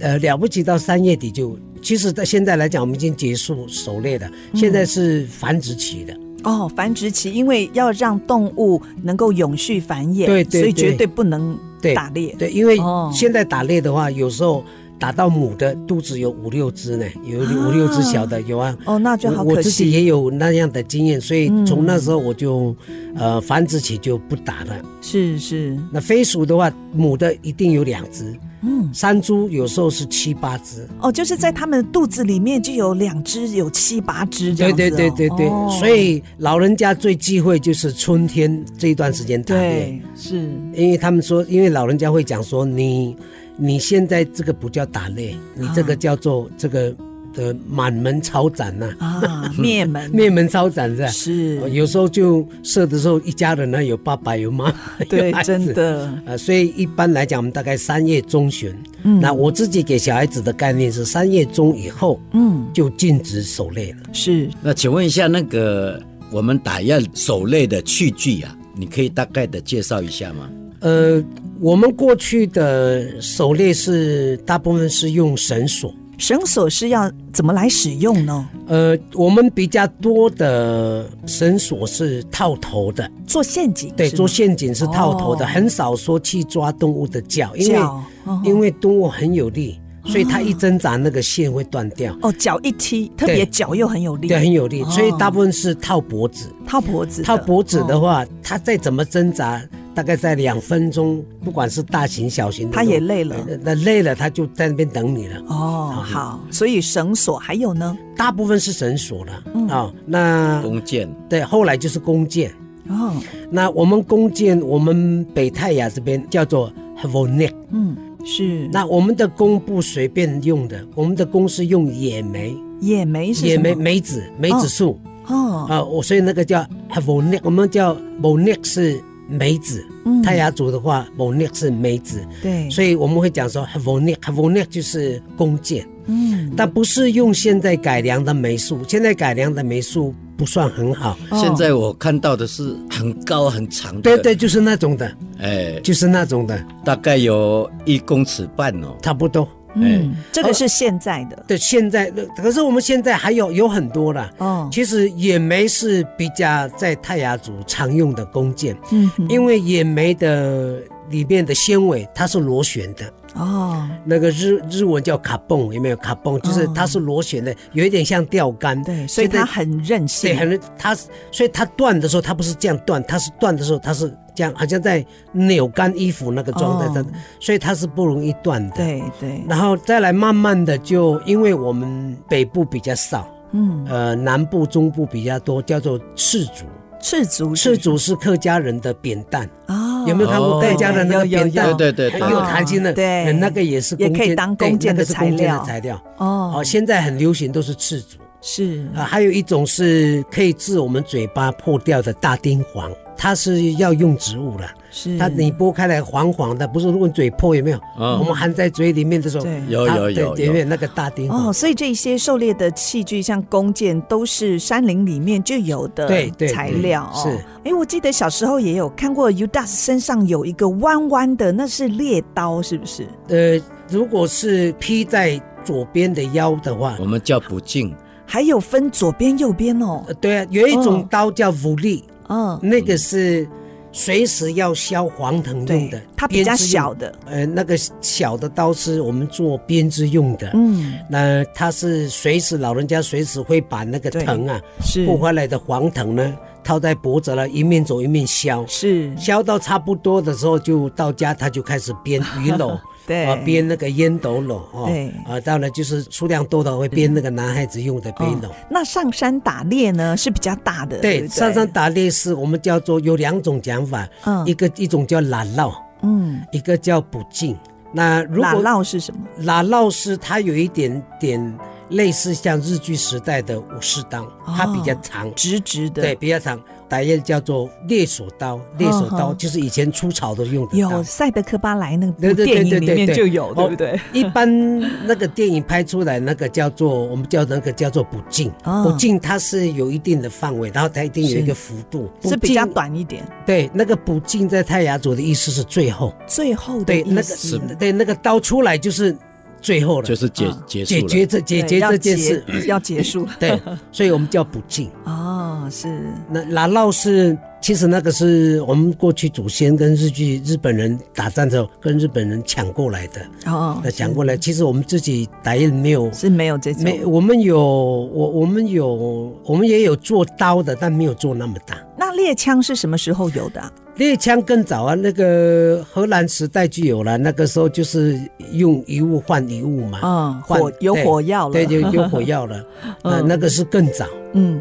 S2: 呃了不起到三月底就。其实到现在来讲，我们已经结束狩猎了，
S1: 嗯
S2: 现在是繁殖期的。
S1: 哦，繁殖期，因为要让动物能够永续繁衍，
S2: 对对
S1: 所以绝
S2: 对
S1: 对不能
S2: 对
S1: 打猎。
S2: 对，因为
S1: 哦
S2: 现在打猎的话，有时候打到母的肚子有五六只呢，有
S1: 啊
S2: 五六只小的，有啊。
S1: 哦那就好
S2: 我
S1: 可
S2: 我自己
S1: 惜
S2: 也有那样的经验，所以从那时候我就，呃，繁殖期就不打了。
S1: 是是，
S2: 那飞鼠的话，母的一定有两只，
S1: 嗯，
S2: 山猪有时候是七八只。
S1: 哦，就是在它们肚子里面就有两只，有七八只这
S2: 对
S1: 样子、哦。
S2: 对对对对，
S1: 哦
S2: 所以老人家最忌讳就是春天这一段时间打猎，
S1: 对是
S2: 因为他们说，因为老人家会讲说，你你现在这个不叫打猎，你这个叫做这个的满门抄斩呐、 [LAUGHS]
S1: 啊，灭门
S2: 灭门抄斩是吧？
S1: 是
S2: 呃 [LAUGHS] 有时候就射的时候，一家人呢有爸爸有妈，
S1: 对
S2: 有孩，子
S1: 真的，
S2: 呃，所以一般来讲，我们大概三月中旬，
S1: 嗯
S2: 那我自己给小孩子的概念是三月中以后，
S1: 嗯，
S2: 就禁止狩猎了。
S1: 是
S6: 那请问一下，那个我们打药手类的器具啊，你可以大概的介绍一下吗？
S2: 呃，我们过去的狩猎是大部分是用绳索，
S1: 绳索是要怎么来使用呢？
S2: 呃，我们比较多的绳索是套头的，
S1: 做陷阱，
S2: 对，
S1: 是吗
S2: 做陷阱是套头的，
S1: 哦
S2: 很少说去抓动物的脚，因为
S1: 脚啊哦
S2: 因为动物很有力，所以它一挣扎那个线会断掉，
S1: 哦，脚一踢，特别脚又很有力，
S2: 对，很有力，
S1: 哦
S2: 所以大部分是套脖子。
S1: 套脖子的，
S2: 套脖子的
S1: 哦，
S2: 话，它再怎么挣扎，大概在两分钟，不管是大型小型的
S1: 它
S2: 都，
S1: 也累了
S2: 呃那累了，它就在那边等你了。
S1: 哦，好，所以绳索还有呢，
S2: 大部分是绳索了啊、
S1: 嗯
S2: 那
S6: 弓箭，
S2: 对，后来就是弓箭。
S1: 哦，
S2: 那我们弓箭，我们北泰雅这边叫做 h v o n e k
S1: 嗯，是
S2: 那我们的弓不随便用的，我们的弓是用野莓，
S1: 野莓是
S2: 野莓
S1: 什么
S2: 梅子梅子树
S1: 哦，
S2: 啊，我、所以那个叫 h v o n e k 我们叫 v o n e k 是梅子。
S1: 嗯
S2: 泰雅族的话 v o n e k 是梅子，
S1: 对，
S2: 所
S1: 以
S2: 以我们会讲说 h v o n e k h v o n e k 就是弓箭。
S1: 嗯，
S2: 但不是用现在改良的梅树，现在改良的梅树不算很好。
S1: 哦
S6: 现在我看到的是很高很长的，
S2: 对对，，就是那种的，
S6: 哎，
S2: 就是那种的，
S6: 大概有一公尺半哦，
S2: 差不多。
S1: 嗯，
S2: 哎
S1: 这个是现在的
S2: 对，现在可是我们现在还有有很多啦。
S1: 哦
S2: 其实野莓是比较在泰雅族常用的弓箭，
S1: 嗯
S2: 因为野莓的里面的纤维它是螺旋的，
S1: 哦，
S2: 那个日日文叫卡蹦，有没有卡蹦？就是它是螺旋的，有一点像钓竿。
S1: 对，所以
S2: 现在
S1: 它很任性，
S2: 对，很它是，所以它断的时候，它不是这样断，它是断的时候，它是这样，好像在扭干衣服那个状态，它、
S1: 哦
S2: 所以它是不容易断的。，
S1: 对对，
S2: 然后再来慢慢的就，因为我们北部比较少，
S1: 嗯，
S2: 呃，南部、中部比较多，叫做赤竹。
S1: 赤足
S2: 赤足是客家人的扁担，
S1: 啊，
S2: 有没有看过
S6: 哦
S2: 客家人那个
S1: 有有
S2: 扁担？
S1: 有
S6: 对对对
S2: 很有
S1: 对
S2: 弹性的，
S1: 哦对
S2: 呃那个也是
S1: 也
S2: 弓
S1: 可以
S2: 箭
S1: 当
S2: 对
S1: 弓箭
S2: 那
S1: 的
S2: 个是
S1: 材
S2: 弓箭的
S1: 料
S2: 材料。
S1: 哦
S2: 哦，，现在很流行都是赤足。
S1: 是
S2: 啊，还有一种是可以治我们嘴巴破掉的大丁黄，它是要用植物的，
S1: 是，
S2: 它你剥开来黄黄的，不是如果你嘴破有没有？
S6: 嗯
S2: 我们含在嘴里面的时候，
S1: 对
S6: 有
S2: 它
S6: 有有
S2: 对
S6: 有
S2: 里面那个大丁黄。
S1: 哦，所以这些狩猎的器具，像弓箭，都是山林里面就有的
S2: 对对
S1: 材料、哦。
S2: 对是，
S1: 哎，我记得小时候也有看过 Udas 身上有一个弯弯的，那是猎刀，是不是？
S2: 呃，如果是披在左边的腰的话
S6: 我，们叫不敬，
S1: 还有分左边右边哦
S2: 呃，对啊，有一种
S1: 哦
S2: 刀叫武力，
S1: 嗯，
S2: 那个是随时要削黄藤用的
S1: 对，，它比较
S2: 编织用
S1: 小的，
S2: 呃，那个小的刀是我们做编织用的，
S1: 嗯，
S2: 那它是随时老人家随时会把那个
S1: 对
S2: 藤啊，
S1: 是
S2: 破坏来的黄藤呢套在脖子了，一面走一面削，
S1: 是。
S2: 削到差不多的时候就到家，他就开始编鱼篓
S1: [LAUGHS] 对
S2: 啊，编那个烟斗篓哦，
S1: 对
S2: 啊，当然就是数量多的会编那个男孩子用的背篓
S1: 哦。那上山打猎呢是比较大的，对
S2: 对，
S1: 不对，
S2: 上山打猎是我们叫做有两种讲法，
S1: 嗯
S2: 一个一种叫喇绕，
S1: 嗯，
S2: 一个叫补进。那如
S1: 喇
S2: 果
S1: 绕是什么？
S2: 喇绕是它有一点点类似像日剧时代的武士刀，它比较长，
S1: 直直哦的，嗯
S2: 对，，比较长。打猎叫做猎手刀，猎手刀就是以前出草的用的刀。
S1: 有塞德克巴莱那
S2: 啊对
S1: 部
S2: 对
S1: 电影
S2: 对对对
S1: 里面
S2: 对，
S1: 就有，对不
S2: 哦
S1: 对？
S2: [LAUGHS] 一般那个电影拍出来，那个叫做我们叫那个叫做补进，
S1: 哦
S2: 补进它是有一定的范围，然后它一定有一个幅度，
S1: 是
S2: 补
S1: 比
S2: 进
S1: 较。短一点，
S2: 对，那个补进在泰雅族的意思是最后，
S1: 最后的
S2: 对，那
S1: 意
S2: 个
S1: 思
S2: 对那个刀出来就是最后了，
S6: 就是结、
S1: 嗯
S6: 结束
S2: 解
S6: 了。
S2: 决这解
S1: 对
S2: 决
S1: 要
S2: 这件事。
S1: 结要结束了
S2: 对，所以我们叫补进。
S1: 哦，是
S2: 那拉烙是，其实那个是我们过去祖先跟日据日本人打仗的时候跟日本人抢过来的。
S1: 哦，
S2: 那抢过来，其实我们自己打印没有，
S1: 是没有这种，
S2: 没我们有我我们有我们也有做刀的，但没有做那么大。
S1: 那猎枪是什么时候有的啊？
S2: 猎枪更早啊，那个荷兰时代就有了，那个时候就是用一物换一物嘛，
S1: 嗯
S2: 换
S1: 火有
S2: 对
S1: 火药了
S2: 对，
S1: [LAUGHS]
S2: 有有火药了，
S1: 嗯
S2: 呃，那个是更早。
S1: 嗯，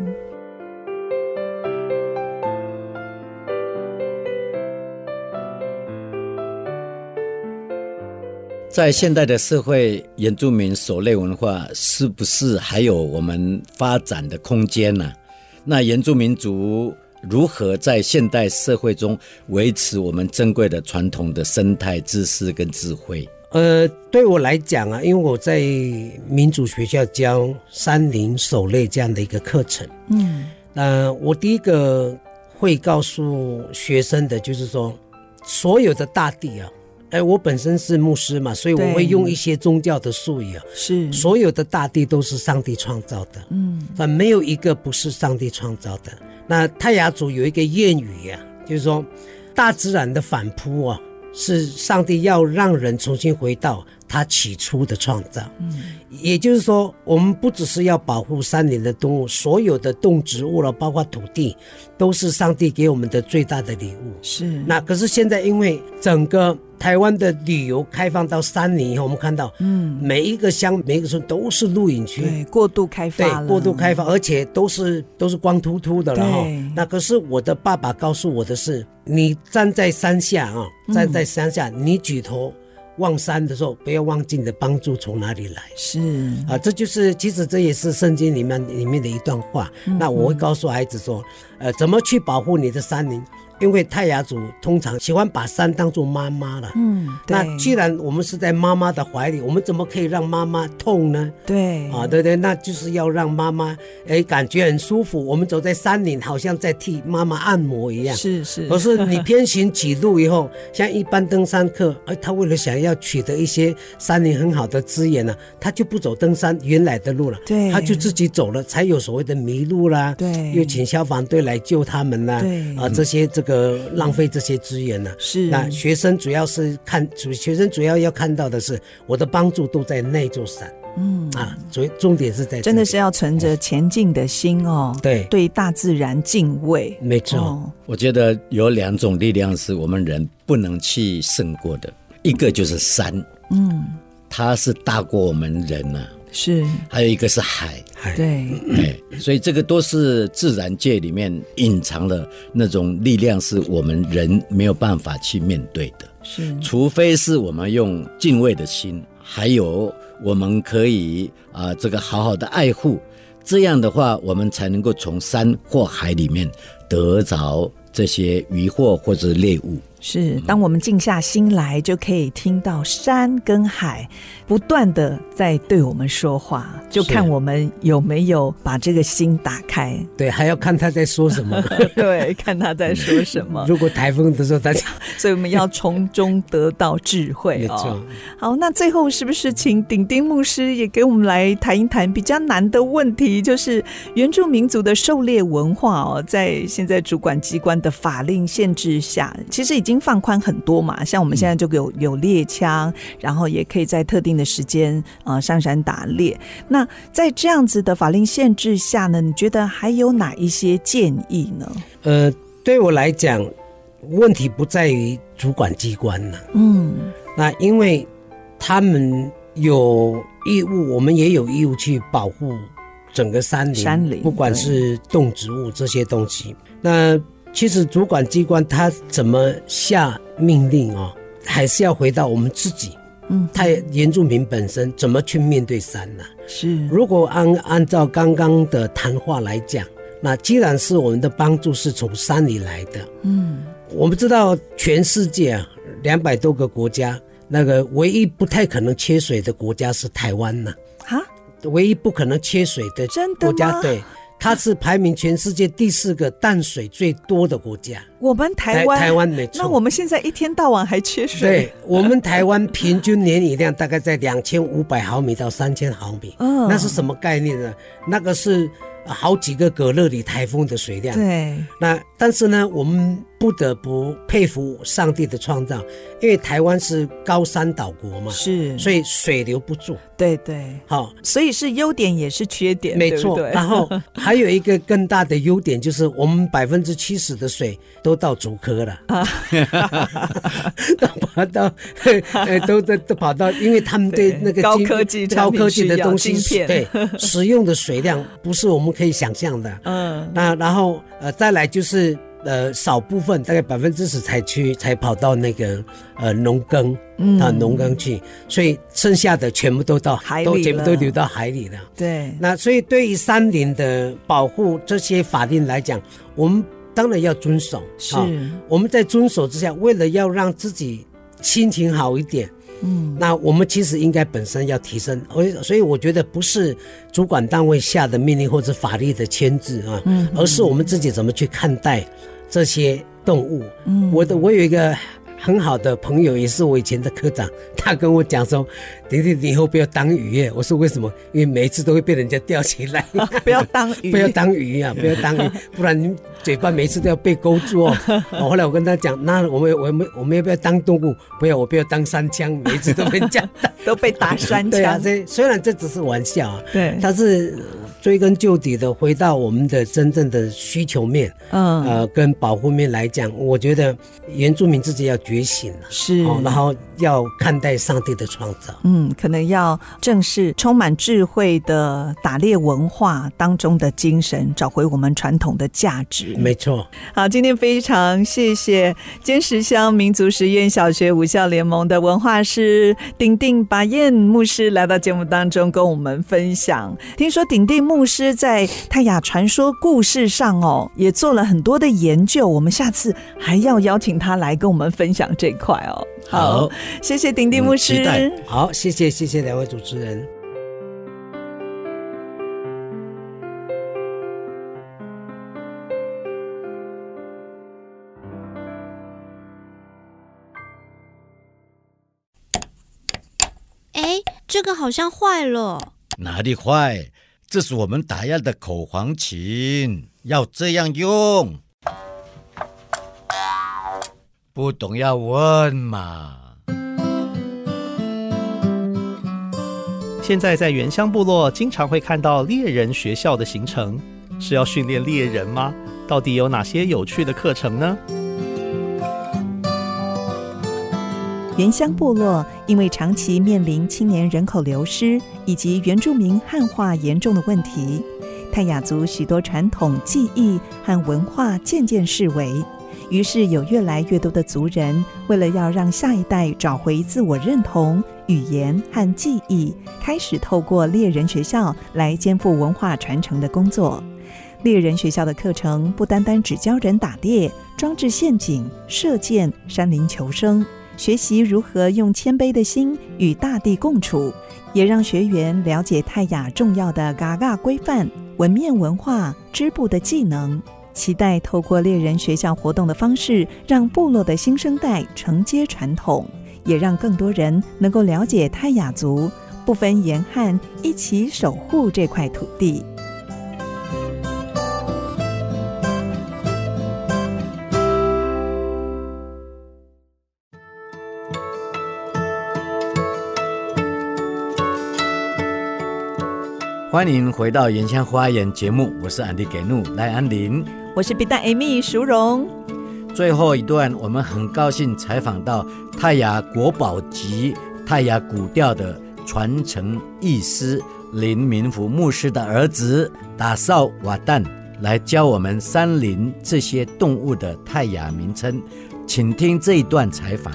S6: 在现代的社会，原住民守内文化是不是还有我们发展的空间呢、那原住民族如何在现代社会中维持我们珍贵的传统的生态知识跟智慧？
S2: 呃，对我来讲啊，因为我在民主学校教山林狩猎这样的一个课程，嗯，那我第一个会告诉学生的就是说，所有的大地啊，哎，我本身是牧师嘛，所以
S1: 对
S2: 我会用一些宗教的术语啊，
S1: 是
S2: 所有的大地都是上帝创造的，嗯，但没有一个不是上帝创造的。那泰雅族有一个谚语呀、就是说，大自然的反扑啊，是上帝要让人重新回到他起初的创造。嗯，也就是说，我们不只是要保护山林的动物，所有的动植物了，包括土地，都是上帝给我们的最大的礼物。
S1: 是
S2: 那可是现在因为整个台湾的旅游开放到三年以后，我们看到，嗯，每一个乡、每一个村都是露营
S1: 对
S2: 区。
S1: 过度开发
S2: 对，
S1: 了，
S2: 过度开放，而且都是都是光秃秃的了哈
S1: 对。
S2: 那可是我的爸爸告诉我的是，你站在山下啊，
S1: 嗯
S2: 站在山下，你举头望山的时候，不要忘记你的帮助从哪里来。
S1: 是
S2: 啊，这就是其实这也是圣经里面里面的一段话。
S1: 嗯
S2: 那我会告诉孩子说，呃，怎么去保护你的山林？因为泰雅族通常喜欢把山当做妈妈了。
S1: 嗯，
S2: 那
S1: 对
S2: 既然我们是在妈妈的怀里，我们怎么可以让妈妈痛呢？
S1: 对
S2: 啊，对对，那就是要让妈妈哎感觉很舒服。我们走在山林，好像在替妈妈按摩一样。
S1: 是是，
S2: 可是你偏行几路以后，像一般登
S1: [LAUGHS]
S2: 山客，哎，他为了想要取得一些山林很好的资源呢、啊他就不走登山原来的路了，
S1: 对
S2: 他就自己走了，才有所谓的迷路啦，
S1: 对
S2: 又请消防队来救他们啦，
S1: 对
S2: 啊，这些这个浪费这些资源呢、
S1: 是
S2: 那学生主要是看主，学生主要要看到的是我的帮助都在那座山，嗯啊，主重点是在这里
S1: 真的是要存着前进的心哦，
S2: 嗯对
S1: 对大自然敬畏，
S2: 没错。
S1: 哦，
S6: 我觉得有两种力量是我们人不能去胜过的，一个就是山，嗯，它是大过我们人啊呐、
S1: 是
S6: 还有一个是海，
S1: 对，
S2: 嗯
S6: 哎，所以这个都是自然界里面隐藏的那种力量，是我们人没有办法去面对的，
S1: 是
S6: 除非是我们用敬畏的心，还有我们可以啊、这个好好的爱护，这样的话，我们才能够从山或海里面得着这些鱼货或者猎物。
S1: 是，当我们静下心来，就可以听到山跟海不断的在对我们说话，就看我们有没有把这个心打开。
S2: 对，还要看他在说
S1: [LAUGHS]
S2: 什么。
S1: 对，看他在说什 [LAUGHS] 么。
S2: 如果台风的时候，大家
S1: 所以我们要从中得到智慧
S2: 没
S1: 哦
S2: 错。
S1: 好，那最后是不是请顶丁牧师也给我们来谈一谈比较难的问题，就是原住民族的狩猎文化哦，在现在主管机关的法令限制下，其实已经放宽很多嘛。像我们现在就有有猎枪，然后也可以在特定的时间呃上山打猎。那在这样子的法令限制下呢，你觉得还有哪一些建议呢？
S2: 呃，对我来讲，问题不在于主管机关呢、
S1: 嗯，
S2: 那因为他们有义务，我们也有义务去保护整个山林，
S1: 山林
S2: 不管是动植物这些东西。那其实主管机关他怎么下命令哦，还是要回到我们自己，
S1: 嗯，
S2: 他原住民本身怎么去面对山呢、
S1: 是
S2: 如果按按照刚刚的谈话来讲，那既然是我们的帮助是从山里来的，嗯，我们知道全世界啊两百多个国家，那个唯一不太可能缺水的国家是台湾呐、
S1: 哈，
S2: 唯一不可能缺水的
S1: 真的
S2: 国家，
S1: 吗
S2: 对，它是排名全世界第四个淡水最多的国家。
S1: 我们台湾
S2: 台湾没错
S1: 那我们现在一天到晚还缺水，
S2: 对我们台湾平均年雨量大概在两千五百毫米到三千毫米，
S1: 嗯
S2: 那是什么概念呢？那个是呃好几个格勒里台风的水量。
S1: 对
S2: 那但是呢，我们不得不佩服上帝的创造，因为台湾是高山岛国嘛，
S1: 是，
S2: 所以水流不住。
S1: 对对，
S2: 好、
S1: 所以是优点也是缺点，
S2: 没
S1: 对不
S2: 错。
S1: 对 [LAUGHS]
S2: 然后还有一个更大的优点就是，我们百分之七十的水都到竹科了，
S1: 啊
S2: [LAUGHS] 都跑到，呃，都都都跑到，因为他们对
S1: 对
S2: 那个
S1: 高
S2: 晶
S1: 科技产
S2: 高
S1: 品
S2: 科技的
S1: 需要
S2: 东西
S1: 晶
S2: 是，
S1: 片
S2: 对使用的水量不是我们可以想象的。
S1: [LAUGHS] 嗯，
S2: 那然后呃，再来就是呃，少部分大概百分之十才去才跑到那个呃农耕，嗯，啊农耕去，所以剩下的全部都到
S1: 海
S2: 都
S1: 里
S2: 全部都
S1: 了
S2: 流到海里了。
S1: 对，
S2: 那所以对于山林的保护这些法令来讲，我们当然要遵守。
S1: 是
S2: 啊我们在遵守之下，为了要让自己心情好一点，嗯，那我们其实应该本身要提升。所以所以我觉得不是主管单位下的命令或者法律的签字啊，嗯，而是我们自己怎么去看待这些动物。嗯，我的我有一个。很好的朋友，也是我以前的科长，他跟我讲说：“迪迪，你以后不要当渔业。”我说：“为什么？因为每一次都会被人家钓起来。”
S1: 不要当鱼，
S2: 不要当鱼
S1: [LAUGHS]
S2: 啊，不要当鱼，不然你嘴巴每次都要被勾住
S1: [LAUGHS]
S2: 哦。哦后来我跟他讲，那我们我们我们要不要当动物？不要，我不要当三枪，每一次都被讲。
S1: [LAUGHS] 都被打山
S2: [LAUGHS] 对啊，
S1: 枪，
S2: 这虽然这只是玩笑啊，
S1: 对
S2: 它是追根究底的回到我们的真正的需求面，
S1: 嗯，
S2: 呃，跟保护面来讲，我觉得原住民自己要觉醒了、
S1: 是，
S2: 哦，然后要看待上帝的创造。
S1: 嗯，可能要正视充满智慧的打猎文化当中的精神，找回我们传统的价值。
S2: 没错，
S1: 好，今天非常谢谢坚石乡民族实验小学武校联盟的文化师鼎鼎巴彦牧师来到节目当中跟我们分享。听说鼎鼎牧师在泰雅传说故事上哦，也做了很多的研究，我们下次还要邀请他来跟我们分享这一块哦。
S6: 好，
S1: 谢谢鼎鼎
S6: 嗯
S1: 牧师。
S6: 期待
S2: 好，谢谢谢谢两位主持人。
S8: 哎，这个好像坏了。
S6: 哪里坏？这是我们打样的口簧琴，要这样用。不懂要问嘛。
S9: 现在在原乡部落，经常会看到猎人学校的行程，是要训练猎人吗？到底有哪些有趣的课程呢？
S1: 原乡部落因为长期面临青年人口流失以及原住民汉化严重的问题，泰雅族许多传统技艺和文化渐渐式微。于是，有越来越多的族人为了要让下一代找回自我认同、语言和技艺，开始透过猎人学校来肩负文化传承的工作。猎人学校的课程不单单只教人打猎、装置陷阱、射箭、山林求生，学习如何用谦卑的心与大地共处，也让学员了解泰雅重要的嘎嘎规范、文面文化、织布的技能。期待透过猎人学校活动的方式，让部落的新生代承接传统，也让更多人能够了解泰雅族，不分严汉，一起守护这块土地。
S6: 欢迎回到《原乡花园》节目，我是安迪给怒赖安林。
S1: 我是 B 站 Amy 淑荣，
S6: 最后一段，我们很高兴采访到泰雅国宝级泰雅古调的传承艺师林明福牧师的儿子打扫瓦旦，来教我们山林这些动物的泰雅名称。请听这一段采访。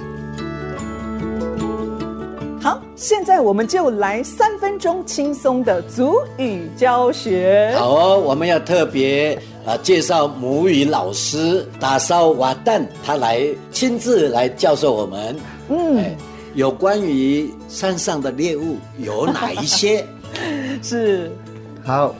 S7: 好，现在我们就来三分钟轻松的足语教学。
S6: 好哦，我们要特别呃介绍母语老师打扫瓦旦，他来亲自来教授我们。嗯、有关于山上的猎物有哪一些？
S7: 是，
S5: 好，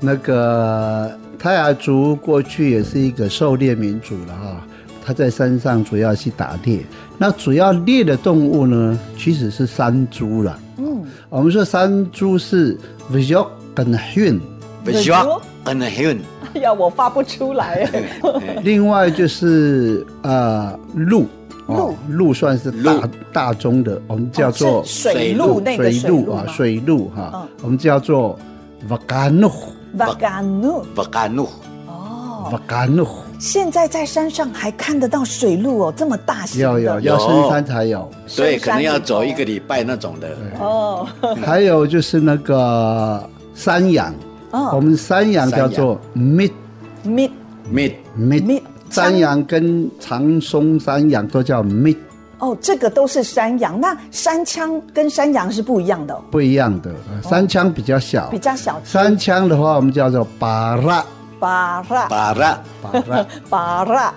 S5: 那个泰雅族过去也是一个狩猎民族了哈，他在山上主要去打猎。那主要猎的动物呢，其实是山猪了。
S7: 嗯， [LAUGHS]
S5: 我们说山猪是 v i s o 跟 hun，
S6: 不需要 n h u n
S7: 哎呀，我发不出来。
S6: 哎
S5: 另外就是呃鹿，哦，鹿算是大
S6: 鹿
S5: 大宗的，我们叫做
S7: 哦 [LAUGHS] 是水路那个
S5: 水鹿啊，
S7: 水
S5: 水鹿哈
S7: 嗯，哦
S5: 我们叫做 vagano
S7: v a g a n u
S6: 不敢怒。
S7: 哦，
S5: vagano，
S7: 现在在山上还看得到水鹿哦，这么大型
S5: 要
S7: 的
S5: 要
S6: 有
S5: 要深山才
S7: [LAUGHS]
S5: 有。
S6: 对，
S7: 深山
S6: 可能要走
S7: 里
S6: 一
S7: 头
S6: 个礼拜那种的。
S7: 哦 [LAUGHS]
S5: 还有就是那个山羊，我
S7: 哦
S5: 们山羊叫做 mit
S7: ，mid
S6: meat
S5: mit，
S7: mit，
S5: 山羊跟长松山羊都叫 mit，
S7: 哦，这个都是山羊，那山枪跟山羊是不一样的哦，
S5: 不一样的。山枪比较小
S7: 比，较小只。
S5: 山枪的话我们叫做巴拉
S7: 巴拉
S6: 巴拉
S5: 巴拉，
S7: 巴拉，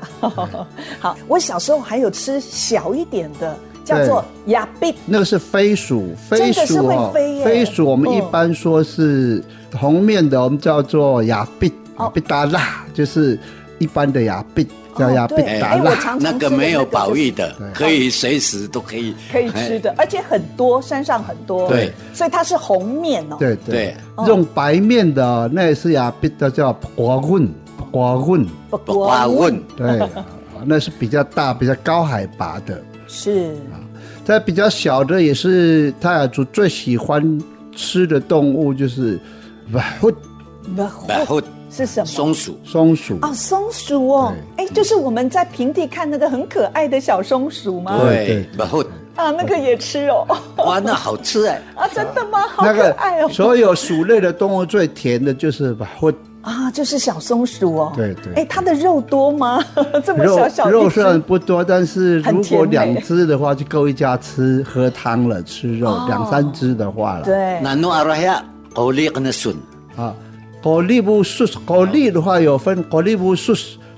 S7: [LAUGHS] 好，我小时候还有吃小一点的，叫做亚贝
S5: 那个是飞鼠，飞
S7: 真的是
S5: 鼠
S7: 会
S5: 哦
S7: 飞耶，
S5: 飞鼠我们
S7: 嗯
S5: 一般说是红面的，我们叫做亚比
S7: 哦
S5: 亚比达拉，就是一般的亚比叫
S7: 哦
S5: 亚比
S7: 对
S5: 达
S7: 哎我
S5: 拉。
S7: 常常
S6: 那
S7: 吃
S6: 个
S7: 的
S6: 没有
S7: 那个
S6: 保
S7: 就是
S6: 育的，可以随时都可以
S7: 可以吃的，而且很多，山上很多。
S6: 对，
S7: 所以它是红面哦。，
S5: 对
S6: 对
S5: 对，用白面的那也是亚比的叫瓜棍，瓜棍，
S7: 不
S6: 哎不瓜问。
S7: [LAUGHS]
S5: 对，啊那是比较大、比较高海拔的。
S7: 是
S5: 它比较小的也是泰雅族最喜欢吃的动物，就是不
S7: 那
S6: 然后
S7: 是什么？
S6: 松鼠
S5: 松鼠。
S7: 哦，松鼠哦，哎，就是我们在平地看那个很可爱的小松鼠吗？
S6: 对，然后
S7: 啊，那个也吃哦。
S6: 哇，那好吃哎，
S7: 啊，真的吗？好
S5: 那
S7: 可
S5: 个
S7: 爱哦。
S5: 所有鼠类的动物最甜的就是把会
S7: 啊，就是小松鼠哦。
S5: 对对
S7: 哎，它的肉多吗？ [LAUGHS] 这么
S5: 肉
S7: 小小
S5: 肉
S7: 一只
S5: 虽然不多，但是如
S7: 很甜
S5: 果
S7: 美
S5: 两只的话就够一家吃喝汤了，吃肉、两三只的话了。
S7: 哦对，
S6: 那诺阿拉亚狗力跟那笋，
S5: 啊，狗力不 s 狗力的话有分狗力不 s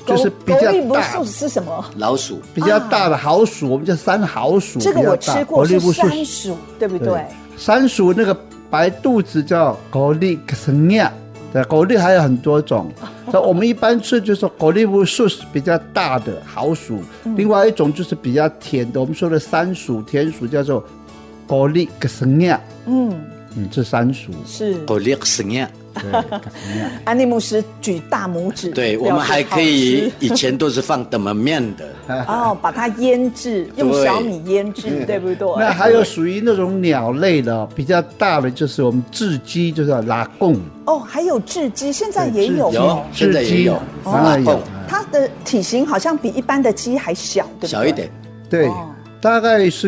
S5: 就是比较
S7: 不
S5: 大
S7: 素是什么？
S6: 老鼠
S5: 比较大的豪鼠，我们叫山豪鼠。
S7: 啊这个
S5: 比较
S7: 我
S5: 大
S7: 吃过，
S5: 狗力
S7: 是
S5: 不
S7: 山
S5: sus
S7: 鼠，对不对？
S5: 山鼠那个白肚子叫狗力克森亚，对，狗力还有很多种。
S7: 哦
S5: 那我们一般吃就是狗力乌素是比较大的豪鼠，另外一种就是比较甜的，我们说的山鼠、甜鼠叫做狗力克森亚，
S7: 嗯，
S5: 嗯，这山鼠。
S7: 是。
S6: 狗力什么？
S5: 对，克森亚
S7: 安利牧师举大拇指，
S6: 对
S7: 表
S6: 我
S7: 示
S6: 们还可以，以前都是放什么面的，
S5: [LAUGHS]
S7: 好吃哦，把它腌制，用
S6: 对
S7: 小米腌制，对不对？
S5: [LAUGHS] 那还有属于那种鸟类的，比较大的就是我们雉鸡，就是拉贡，
S7: [LAUGHS] 哦，还有雉鸡，现在也有
S6: 有
S7: 哦，
S6: 现在
S5: 雉
S6: 也
S5: 鸡
S6: 有，
S5: 当然有。
S7: 它的体型好像比一般的鸡还小，对不对？
S6: 小一点，
S5: 对
S7: 哦，
S5: 大概是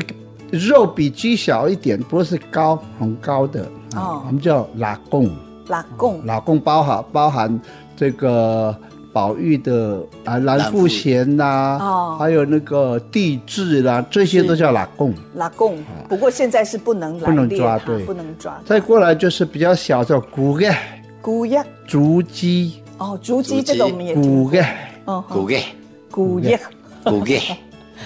S5: 肉比鸡小一点，不过是高很高的
S7: 哦
S5: 啊，我们叫拉贡，
S7: 拉贡，
S5: 拉贡包含包含这个宝玉的啊蓝
S6: 蓝腹
S5: 腹鹇
S7: 哦
S5: 呐，还有那个地质啦，这些都叫拉贡。
S7: 拉贡。不过现在是不能来
S5: 不能
S7: 猎
S5: 抓
S7: 它
S5: 对
S7: 不能抓。
S5: 再过来就是比较小，叫古盖
S7: 姑呀，
S5: 竹鸡，
S7: 哦，竹鸡这个我们也
S10: 骨
S7: 听
S10: 盖，
S7: 过，哦，
S11: 骨盖，
S7: 骨叶。
S11: 骨盖，
S7: [LAUGHS]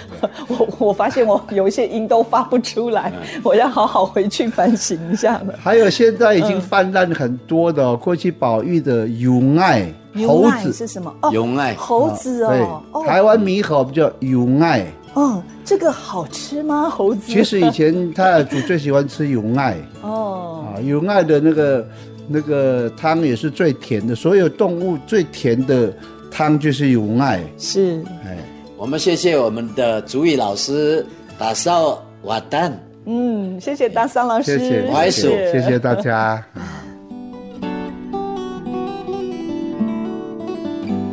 S7: 我我发现我有一些音都发不
S10: [LAUGHS]
S7: 出来，
S10: 嗯
S7: 我要好好回去反省一下了。
S10: 还有现在已经泛滥很多的、哦过去保育的永爱
S7: 牛
S10: 猴
S7: 奶
S10: 子，啊
S7: 是什么？哦，
S11: 永爱
S7: 猴子哦，
S10: 对，
S7: 哦，
S10: 台湾猕猴叫永爱。
S7: 哦，这个好吃吗？猴子？
S10: 其实以前太太祖最喜欢吃永爱
S7: 哦，
S10: 啊，永爱的那个那个汤也是最甜的，所有动物最甜的汤就是永爱。
S7: 是
S10: 哎，
S11: 我们谢谢我们的主语老师打扫瓦旦。
S7: 嗯，谢谢大桑老
S10: 谢
S7: 师，
S10: 谢，
S11: 我还
S10: 谢
S11: 数
S10: 谢谢谢大家。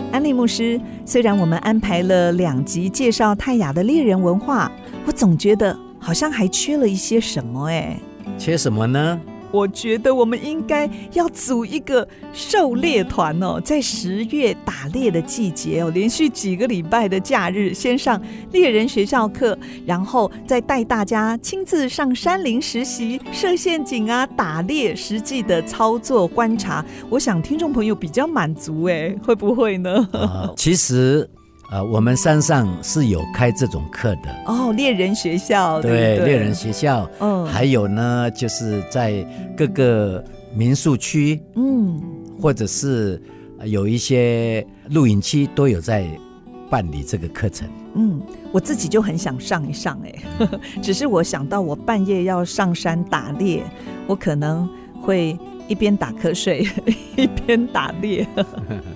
S1: 安利牧师，虽然我们安排了两集介绍泰雅的猎人文化，我总觉得好像还缺了一些什么哎。
S6: 缺什么呢？
S1: 我觉得我们应该要组一个狩猎团哦，在十月打猎的季节哦，连续几个礼拜的假日，先上猎人学校课，然后再带大家亲自上山林实习、设陷阱啊、打猎实际的操作观察。我想听众朋友比较满足哎，会不会呢？
S6: 啊，其实啊，我们山上是有开这种课的，
S1: 哦，猎人哦学校，对不对
S6: 猎人学校，
S1: 嗯
S6: 还有呢，就是在各个民宿区
S1: 嗯，
S6: 或者是呃有一些露营区都有在办理这个课程。
S1: 嗯，我自己就很想上一上哎、 [LAUGHS] 只是我想到我半夜要上山打猎，我可能会一边打瞌睡 [LAUGHS] 一边打猎。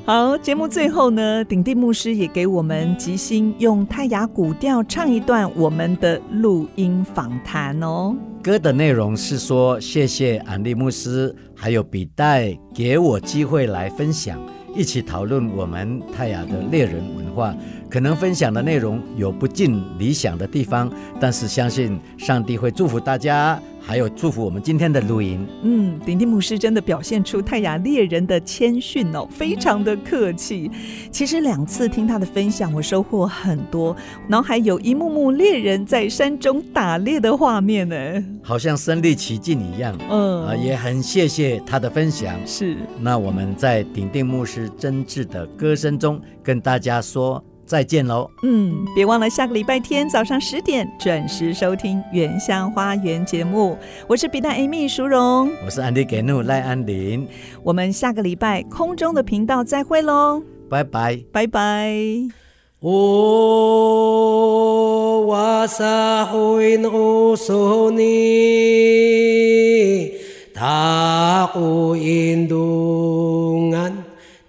S1: 好，节目最后呢，鼎地牧师也给我们即兴用泰雅古调唱一段我们的录音访谈哦。
S6: 歌的内容是说谢谢安利牧师还有比代给我机会来分享，一起讨论我们泰雅的猎人文化。可能分享的内容有不尽理想的地方，但是相信上帝会祝福大家，还有祝福我们今天的录音。
S1: 嗯，鼎鼎牧师真的表现出泰雅猎人的谦逊哦，非常的客气。其实两次听他的分享，我收获很多，脑海有一幕幕猎人在山中打猎的画面呢。
S6: 好像身临其境一样。
S1: 嗯，
S6: 啊，也很谢谢他的分享。
S1: 是
S6: 那我们在鼎定牧师真挚的歌声中跟大家说再见喽。
S1: 嗯，别忘了下个礼拜天早上十点准时收听《原乡花园》节目。我是比大 Amy 淑荣，
S6: 我是安迪给怒赖安林，
S1: 我们下个礼拜空中的频道再会喽，
S6: 拜拜。
S1: 拜拜。
S2: Oh, wasahuin usuni Taku indungan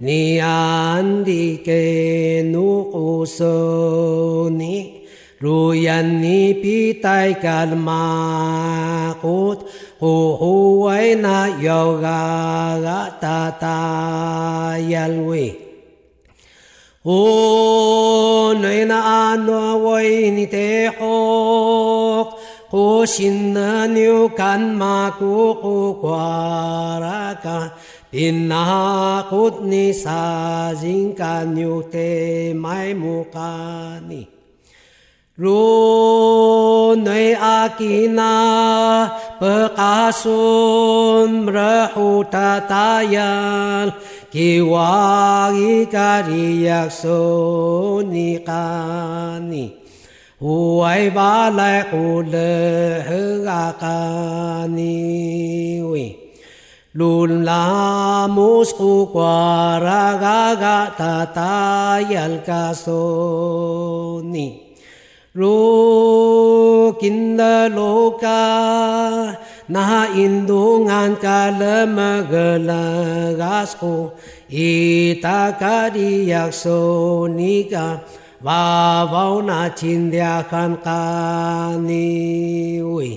S2: ni andi kenu usuni Ruyan ni pitay kalmakot Kuhuway na yoga tatayalwi O na anaway ni tehok Kusin na niyo kan makukukwara ka Pinakot ni sazing ka niyo te may mukani Runay akina pekasun merahutatayan Kiwagi kariyak sunikani Huway balay kuleheng akaniwi Lulamus kukuaragaga tatayal kasoni Rukinda loka na indungan ka lemagalagas ko itakadiyak sonika babaw na tindyakan kaniwi.